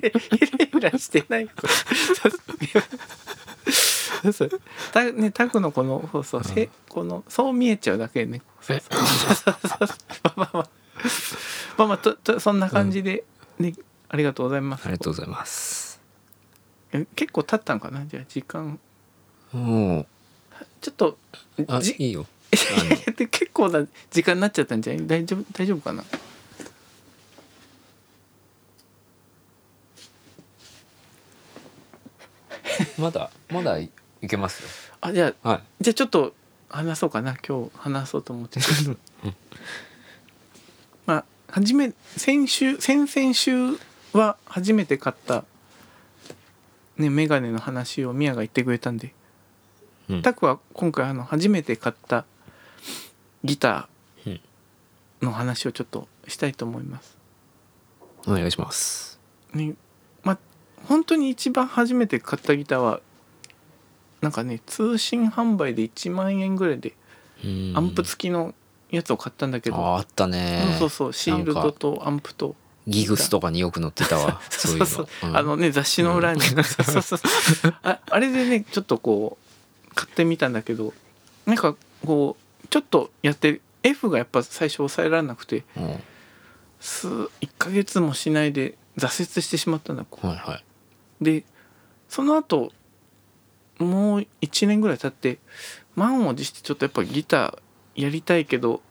Speaker 2: ラビラしてないよこれそうそうたねタクのこのそうそう、せこのそう見えちゃうだけでねそうそうそうそうまあまあまあまあまあととそんな感じで、ねありがとうございます
Speaker 3: ありがとうございます
Speaker 2: え結構経ったんかなじゃあ時間
Speaker 3: もう
Speaker 2: ちょっと
Speaker 3: あ
Speaker 2: じ
Speaker 3: いいよ
Speaker 2: で結構な時間になっちゃったんじゃない大丈夫大丈夫かな
Speaker 3: まだまだいいけますよ
Speaker 2: あじゃあ
Speaker 3: はい
Speaker 2: じゃあちょっと話そうかな今日話そうと思ってるまあ初め先週先々週は初めて買ったねメガネの話をミヤが言ってくれたんで、
Speaker 3: うん
Speaker 2: タクは今回あの初めて買ったギターの話をちょっとしたいと思います。
Speaker 3: お願いします
Speaker 2: ねまあ本当に一番初めて買ったギターはなんかね通信販売で1万円ぐらいでアンプ
Speaker 3: つ
Speaker 2: 付きのやつを買ったんだけ
Speaker 3: け
Speaker 2: ど、
Speaker 3: ああったね
Speaker 2: そうそうそうシールドとアンプと
Speaker 3: ギグスとかによく載ってたわ そういうの
Speaker 2: そうそう
Speaker 3: うん
Speaker 2: あのね雑誌の裏に、そうそうそうああれでねちょっとこう買ってみたんだけどなんかこうちょっとやって F がやっぱ最初抑えられなくて
Speaker 3: うんはい
Speaker 2: 数1ヶ月もしないで挫折してしまったんだこう
Speaker 3: はい
Speaker 2: でその後もう1年ぐらい経って満を持してちょっとやっぱギターやりたいけど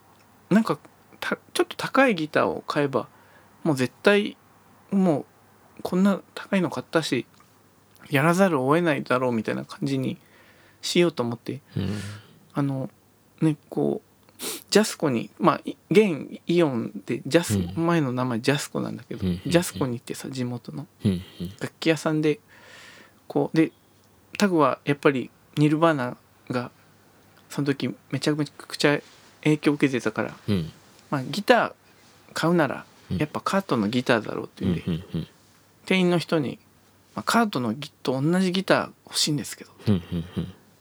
Speaker 2: なんかたちょっと高いギターを買えばもう絶対もうこんな高いの買ったしやらざるを得ないだろうみたいな感じにしようと思って
Speaker 3: うん
Speaker 2: あのねこうジャスコにまあい現イオンでジャス、
Speaker 3: う
Speaker 2: 前の名前ジャスコなんだけど、
Speaker 3: うんうんうん
Speaker 2: ジャスコに行ってさ地元の。
Speaker 3: うんうん
Speaker 2: 楽器屋さんでこうでタグはやっぱりニルバーナがその時めちゃくちゃ影響を受けてたから、
Speaker 3: うん
Speaker 2: まあ、ギター買うなら
Speaker 3: うん
Speaker 2: やっぱカートのギターだろうって
Speaker 3: う
Speaker 2: いうんんで、
Speaker 3: うんうん
Speaker 2: 店員の人に、まあ、カートのギと同じギター欲しいんですけど
Speaker 3: うんうん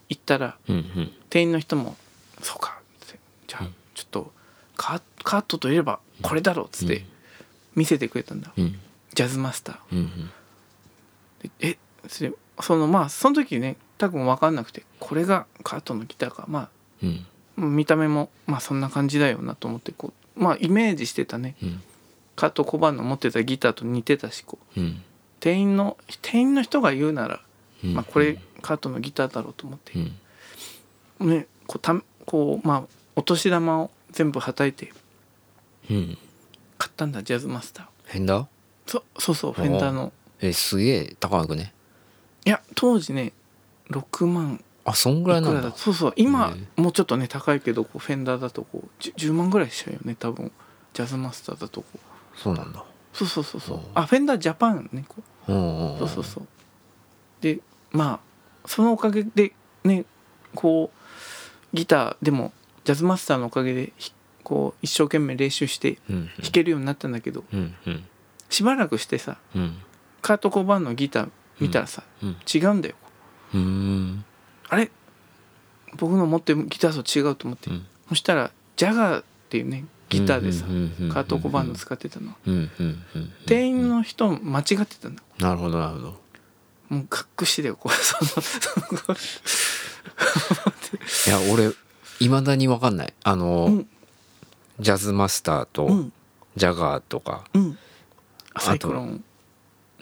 Speaker 2: 言ったら
Speaker 3: うんうん
Speaker 2: 店員の人も「そうか」ってじゃ
Speaker 3: う
Speaker 2: あ
Speaker 3: ん
Speaker 2: ちょっとカーカートといえばこれだろ」っつって見せてくれたんだ、
Speaker 3: うんうん
Speaker 2: ジャズマスター。
Speaker 3: うんうん
Speaker 2: でえそれそのまあその時ね多分分かんなくてこれがカートのギターかま
Speaker 3: うん
Speaker 2: あ見た目もまあそんな感じだよなと思ってこうまあイメージしてたね
Speaker 3: うん
Speaker 2: カート・コバーンの持ってたギターと似てたしこう
Speaker 3: うん
Speaker 2: 店員の店員の人が言うなら、
Speaker 3: うん
Speaker 2: まあ、これカートのギターだろうと思って
Speaker 3: う、ん
Speaker 2: ねこうたこうまあお年玉を全部はたいて
Speaker 3: うん
Speaker 2: 買ったんだジャズマスターを
Speaker 3: 変だ
Speaker 2: そそうそうフェンダーの
Speaker 3: えすげえ高くね
Speaker 2: いや当時ね6万
Speaker 3: あそんぐらい
Speaker 2: い
Speaker 3: な
Speaker 2: くら
Speaker 3: ん
Speaker 2: だ
Speaker 3: だ
Speaker 2: とそうそう今
Speaker 3: へ
Speaker 2: もうちょっとね高いけどこうフェンダーだとこう 10, 10万ぐらいしちゃうよね多分ジャズマスターだとこう
Speaker 3: そうなんだ
Speaker 2: そうそうそうそう
Speaker 3: うん
Speaker 2: あフェンダージャパンねこう
Speaker 3: うんん
Speaker 2: そうそうそうでまあそのおかげでねこうギターでもジャズマスターのおかげでひこう一生懸命練習して
Speaker 3: うんうん
Speaker 2: 弾けるようになったんだけど
Speaker 3: うんうん
Speaker 2: しばらくしてさ
Speaker 3: うん
Speaker 2: カート・コバーンのギター見たらさ
Speaker 3: うん
Speaker 2: 違うんだよ
Speaker 3: うん
Speaker 2: あれ僕の持ってるギターと違うと思って
Speaker 3: うん
Speaker 2: そしたらジャガーっていうねギターでさ
Speaker 3: うんうんうんうん
Speaker 2: カート・コバーンの使ってたのは
Speaker 3: うんうんうん
Speaker 2: 店員の人間違ってたんだ
Speaker 3: なるほどなるほど
Speaker 2: もう隠してよこうそのその
Speaker 3: いや俺いまだに分かんないあの、
Speaker 2: うん
Speaker 3: ジャズマスターと
Speaker 2: うん
Speaker 3: ジャガーとか、
Speaker 2: うんサイクロン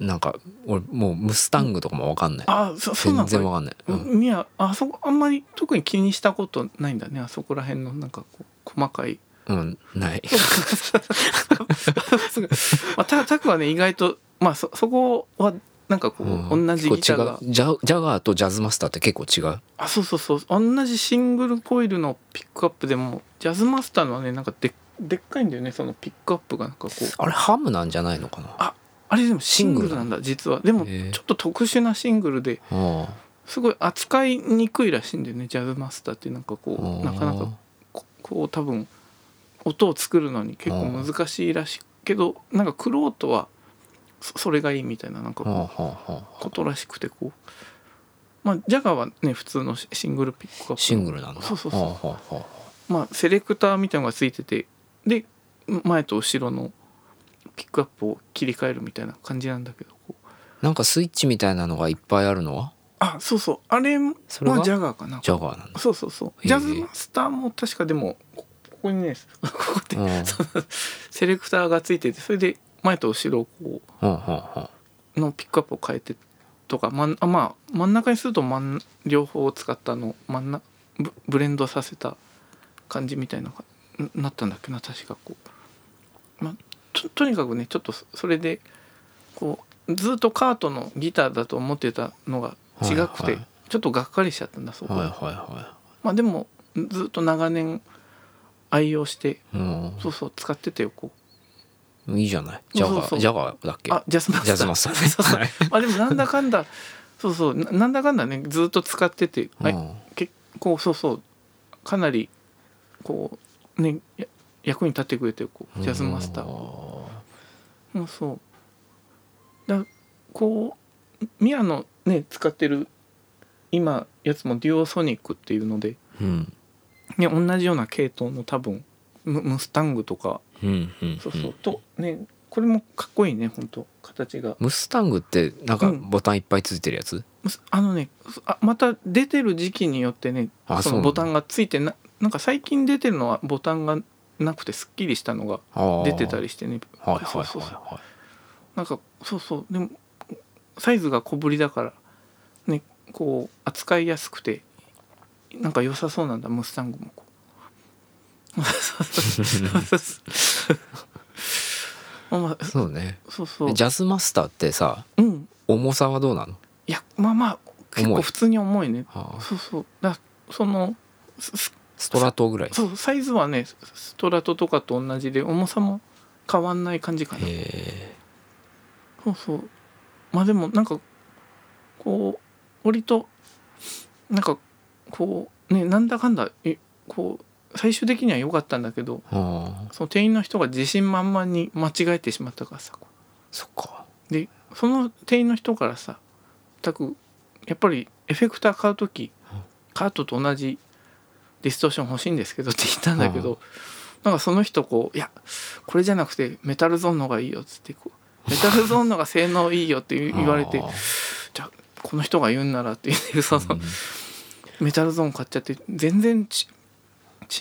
Speaker 3: なんか俺もうムスタングとかも分かんない、
Speaker 2: あそそうなの
Speaker 3: 全然分かんない、うん
Speaker 2: みやあそこあんまり特に気にしたことないんだねあそこら辺のなんかこう細かい
Speaker 3: うんない
Speaker 2: すごいまあたタクはね意外とまあそそこはなんかこう、
Speaker 3: うん
Speaker 2: 同じギターが
Speaker 3: 結構違うジャジャガーとジャズマスターって結構違う
Speaker 2: あそうそうそう同じシングルコイルのピックアップでもジャズマスターのはねなんかででっかいんだよねそのピックアップがなんかこう
Speaker 3: あれハムなんじゃないのかな
Speaker 2: ああれでもシングルなんだ実はでも
Speaker 3: へえ
Speaker 2: ちょっと特殊なシングルで
Speaker 3: あ
Speaker 2: すごい扱いにくいらしいんだよねジャズマスターってなんか
Speaker 3: あ
Speaker 2: こうなかなかここう多分音を作るのに結構難しいらしいけどなんかクロートはそそれがいいみたいななんか
Speaker 3: はあ
Speaker 2: こう
Speaker 3: はあはあ
Speaker 2: ことらしくてこうまあジャガーはね普通のシシングルピックアップ
Speaker 3: シングルなんだ
Speaker 2: そうそうそう
Speaker 3: はあはあは
Speaker 2: まあセレクターみたいなのがついててで前と後ろのピックアップを切り替えるみたいな感じなんだけどこう
Speaker 3: あなんかスイッチみたいなのがいっぱいあるのは
Speaker 2: あそうそうあれは
Speaker 3: それが
Speaker 2: ジャガーかな
Speaker 3: ジャガーなんだ
Speaker 2: そうそうそう
Speaker 3: へえ
Speaker 2: ジャズマスターも確かでもこここにね ここって
Speaker 3: うん
Speaker 2: そのセレクターがついててそれで前と後ろをこ
Speaker 3: はあはあはあ
Speaker 2: うのピックアップを変えてとか、まんあまあ真ん中にすると真ん両方を使ったの真んなブブレンドさせた感じみたいなのがんなったんだっけな確かこう、まあ、ととにかくねちょっとそそれでこうずっとカートのギターだと思ってたのが違く
Speaker 3: はい
Speaker 2: て
Speaker 3: はい
Speaker 2: ちょっとがっかりしちゃったんだそこ
Speaker 3: はい
Speaker 2: は。
Speaker 3: は
Speaker 2: まあでもずっと長年愛用して
Speaker 3: いはい
Speaker 2: そうそう使ってたよこう
Speaker 3: うんいいじゃないジャ
Speaker 2: そう
Speaker 3: ガ
Speaker 2: そ
Speaker 3: ー
Speaker 2: う
Speaker 3: ジャガーだっけ
Speaker 2: あジャズマスター
Speaker 3: ジャズマスターね
Speaker 2: そうそう
Speaker 3: はい
Speaker 2: まあでもなんだかんだそうそうななんだかんだねずっと使ってて、はい
Speaker 3: うん
Speaker 2: 結構そうそうかなりこうねや役に立ってくれてるこうジャズマスターはもうそうだこうミアのね使ってる今やつもデュオソニックっていうので、
Speaker 3: うん
Speaker 2: ね、同じような系統の多分ムムスタングとか
Speaker 3: うんうん
Speaker 2: そうそうとねこれもかっこいいね本当形が
Speaker 3: ムスタングってなんか
Speaker 2: うん
Speaker 3: ボタンいっぱいついてるやつ
Speaker 2: あのねあまた出てる時期によってね
Speaker 3: あ
Speaker 2: そ
Speaker 3: そうな
Speaker 2: の
Speaker 3: んだ
Speaker 2: ボタンがついてななんか最近出てるのはボタンがなくてすっきりしたのが出てたりしてね
Speaker 3: はいはい
Speaker 2: そう
Speaker 3: はい
Speaker 2: そうそう
Speaker 3: は
Speaker 2: なんかそうそうでもサイズが小ぶりだからねこう扱いやすくてなんか良さそう なんだムスタングも こうそうそうそうまあ
Speaker 3: い そうね
Speaker 2: そうそう
Speaker 3: ジャズマスターってさ
Speaker 2: うん
Speaker 3: 重さはどうなの
Speaker 2: いやまあまあ結
Speaker 3: 重
Speaker 2: 構
Speaker 3: い
Speaker 2: 普通に重いね
Speaker 3: あー
Speaker 2: そうそうだそのすす
Speaker 3: ストラトぐらい
Speaker 2: そうサイズはねスストラトとかと同じで重さも変わんない感じかな
Speaker 3: へ
Speaker 2: そうそうまあでもなんかこう割となんかこうねなんだかんだえこう最終的には良かったんだけど
Speaker 3: ーあー
Speaker 2: その店員の人が自信満々に間違えてしまったからさこう
Speaker 3: そっか
Speaker 2: でその店員の人からさ全くやっぱりエフェクター買う時カートと同じディストーション欲しいんですけどって言ったんだけど、なんかその人こう「いやこれじゃなくてメタルゾーンのがいいよ」っつってこう「メタルゾーンのが性能いいよ」って言う言われて
Speaker 3: あー
Speaker 2: 「じゃあこの人が言うんなら」って言 ってその、メタルゾーン買っちゃって全然ち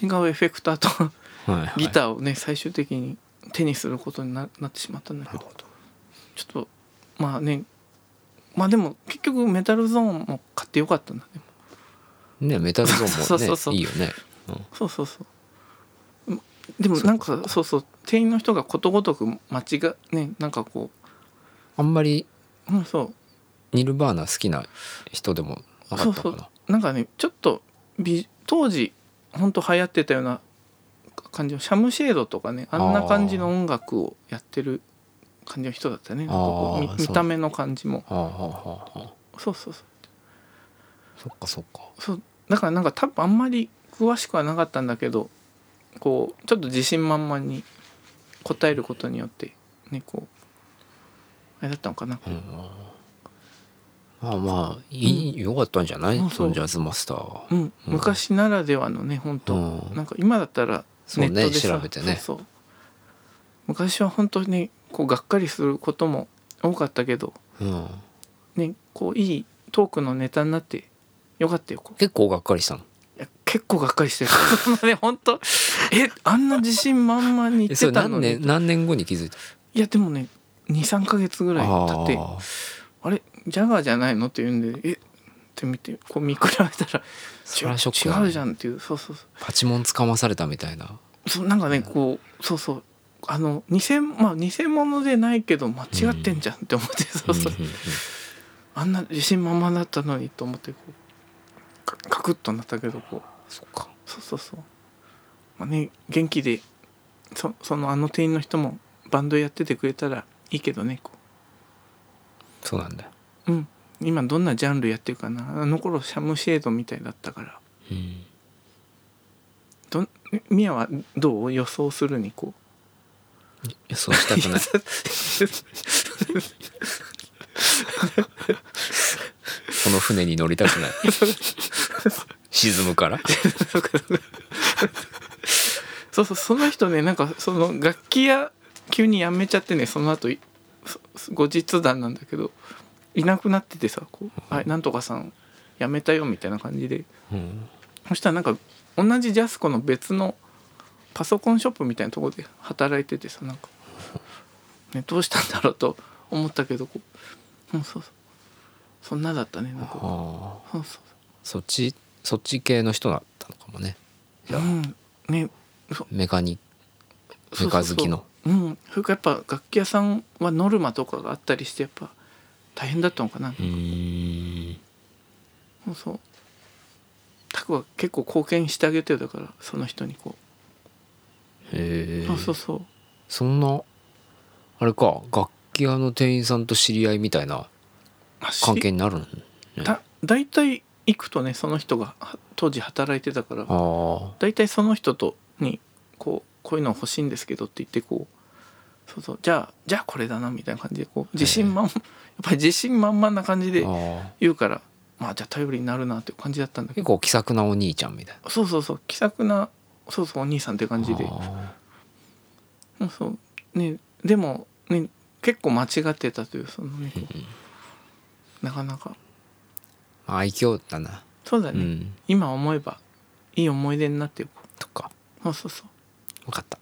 Speaker 2: 違うエフェクターと
Speaker 3: はいはい
Speaker 2: ギターをね最終的に手にすることにななってしまったんだけど
Speaker 3: なるほど
Speaker 2: ちょっとまあねまあでも結局メタルゾーンも買ってよかったんだね
Speaker 3: ねメタル ゾ
Speaker 2: そうそう
Speaker 3: ー
Speaker 2: そ
Speaker 3: ンも
Speaker 2: う
Speaker 3: ねいいよねうん
Speaker 2: そうそうそううんでもなんかそうそう店員の人がことごとく間違ねなんかこ
Speaker 3: あんまり
Speaker 2: う、うん、そ
Speaker 3: ニルバーナ好きな人でもなか
Speaker 2: そ
Speaker 3: ったか
Speaker 2: うそ
Speaker 3: な
Speaker 2: うなんかねちょっとビ当時ほんと流行ってたような感じのシャムシェードとかねあんな感じの音楽をやってる感じの人だったねなんかこう
Speaker 3: あー
Speaker 2: み見
Speaker 3: そう
Speaker 2: た目の感じも
Speaker 3: はあはあはあはあ
Speaker 2: そうそうそう
Speaker 3: そっかそっか
Speaker 2: そうだからなんか多分あんまり詳しくはなかったんだけどこうちょっと自信満々に答えることによってねこうあれだったのかな
Speaker 3: うんまあまあいいよかったんじゃない
Speaker 2: うん
Speaker 3: そのジャズマスターは
Speaker 2: うん昔ならではのね本当、
Speaker 3: うん
Speaker 2: なんか今だったら
Speaker 3: そうね
Speaker 2: ネットでさ
Speaker 3: 調べてね
Speaker 2: そうそう昔は本当にこうがっかりすることも多かったけど、
Speaker 3: うん、
Speaker 2: ね、こういいトークのネタになってよかったよこう
Speaker 3: 結構がっかりしたの
Speaker 2: いや結構がっかりしてる そんなね本当えあんな自信満々に
Speaker 3: え
Speaker 2: 言っ
Speaker 3: そ
Speaker 2: て
Speaker 3: れ
Speaker 2: た
Speaker 3: 何
Speaker 2: の
Speaker 3: 年
Speaker 2: に
Speaker 3: 何年後に気づいた
Speaker 2: いやでもね23か月ぐらい経って
Speaker 3: あ
Speaker 2: あれジャガーじゃないのって言うんでえって見てこう見比べたら
Speaker 3: そりゃショックだ
Speaker 2: 違
Speaker 3: ね
Speaker 2: う違うじゃんっていうそうそうそ
Speaker 3: ーパチモンつかまされたみたいな
Speaker 2: うそうなんかねこうそうそうあの偽,、まあ、偽物でないけど間違ってんじゃんって思って、そうそう
Speaker 3: うんうんうん
Speaker 2: あんな自信満々だったのにと思ってこうカカクッとなったけどこう
Speaker 3: そっか
Speaker 2: そうそうそうまあね元気でそそのあの店員の人もバンドやっててくれたらいいけどねこ
Speaker 3: そうなんだよ、
Speaker 2: ううん今どんなジャンルやってるかなあの頃シャムシェードみたいだったから
Speaker 3: うん、
Speaker 2: どんミヤはどう予想するにこう
Speaker 3: 予想したくない この船に乗りたくない沈むから
Speaker 2: そうそうその人ねなんかその楽器屋急に辞めちゃってねその後いそ後日談なんだけどいなくなっててさこう「あなんとかさん辞めたよ」みたいな感じで
Speaker 3: うん
Speaker 2: そしたらなんか同じジャスコの別のパソコンショップみたいなところで働いててさ なんか、ね、どうしたんだろうと思ったけどこう、うん、そうそうそんなだったねなんか
Speaker 3: ああ
Speaker 2: そうそう
Speaker 3: そっちそっち系の人だったのかもね
Speaker 2: そううんね
Speaker 3: メカニ
Speaker 2: そ
Speaker 3: メ
Speaker 2: うそ
Speaker 3: カ
Speaker 2: う
Speaker 3: 好
Speaker 2: そう
Speaker 3: きの
Speaker 2: うんそれからやっぱ楽器屋さんはノルマとかがあったりしてやっぱ大変だったのかな、
Speaker 3: うーん
Speaker 2: そうそうタクは結構貢献してあげてるだからその人にこ
Speaker 3: へ
Speaker 2: う、そ
Speaker 3: え
Speaker 2: うそうそう
Speaker 3: そんなあれか楽器屋の店員さんと知り合いみたいな
Speaker 2: あし
Speaker 3: 関係になるの
Speaker 2: だ大体行くとねその人がは当時働いてたから
Speaker 3: あ
Speaker 2: 大体その人とにこうこういうの欲しいんですけどって言ってこうそうそうじゃあじゃあこれだなみたいな感じでこう自信満々やっぱり自信満々な感じ
Speaker 3: ー
Speaker 2: で
Speaker 3: あー
Speaker 2: 言うからまあじゃあ頼りになるなっていう感じだったんだけ
Speaker 3: 結
Speaker 2: ど
Speaker 3: 構気さくなお兄ちゃんみたいな
Speaker 2: そうそうそう気さくなそうそうお兄さんって感じで
Speaker 3: あ
Speaker 2: そうそうねでもね結構間違ってたというそのねこうなかなか
Speaker 3: ー愛嬌だな
Speaker 2: そうだ
Speaker 3: う
Speaker 2: ね、
Speaker 3: ん
Speaker 2: 今思えばいい思い出になってよ
Speaker 3: とか
Speaker 2: そうそうそう
Speaker 3: 分かった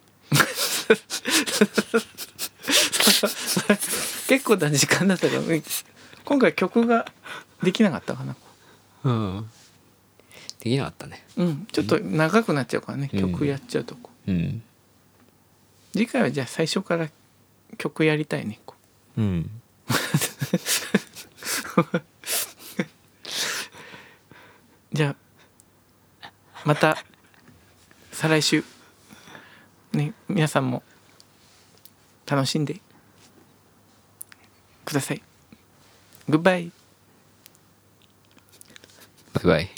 Speaker 2: 結構な時間だったからね今回曲ができなかったかな
Speaker 3: うんできなかったね
Speaker 2: うんちょっと長くなっちゃうからね
Speaker 3: うん
Speaker 2: 曲やっちゃうとこ
Speaker 3: うん
Speaker 2: 次回はじゃあ最初から曲やりたいねこ
Speaker 3: うん
Speaker 2: うじゃあまた再来週ね皆さんも楽しんでくださいグッバイ
Speaker 3: バイバイ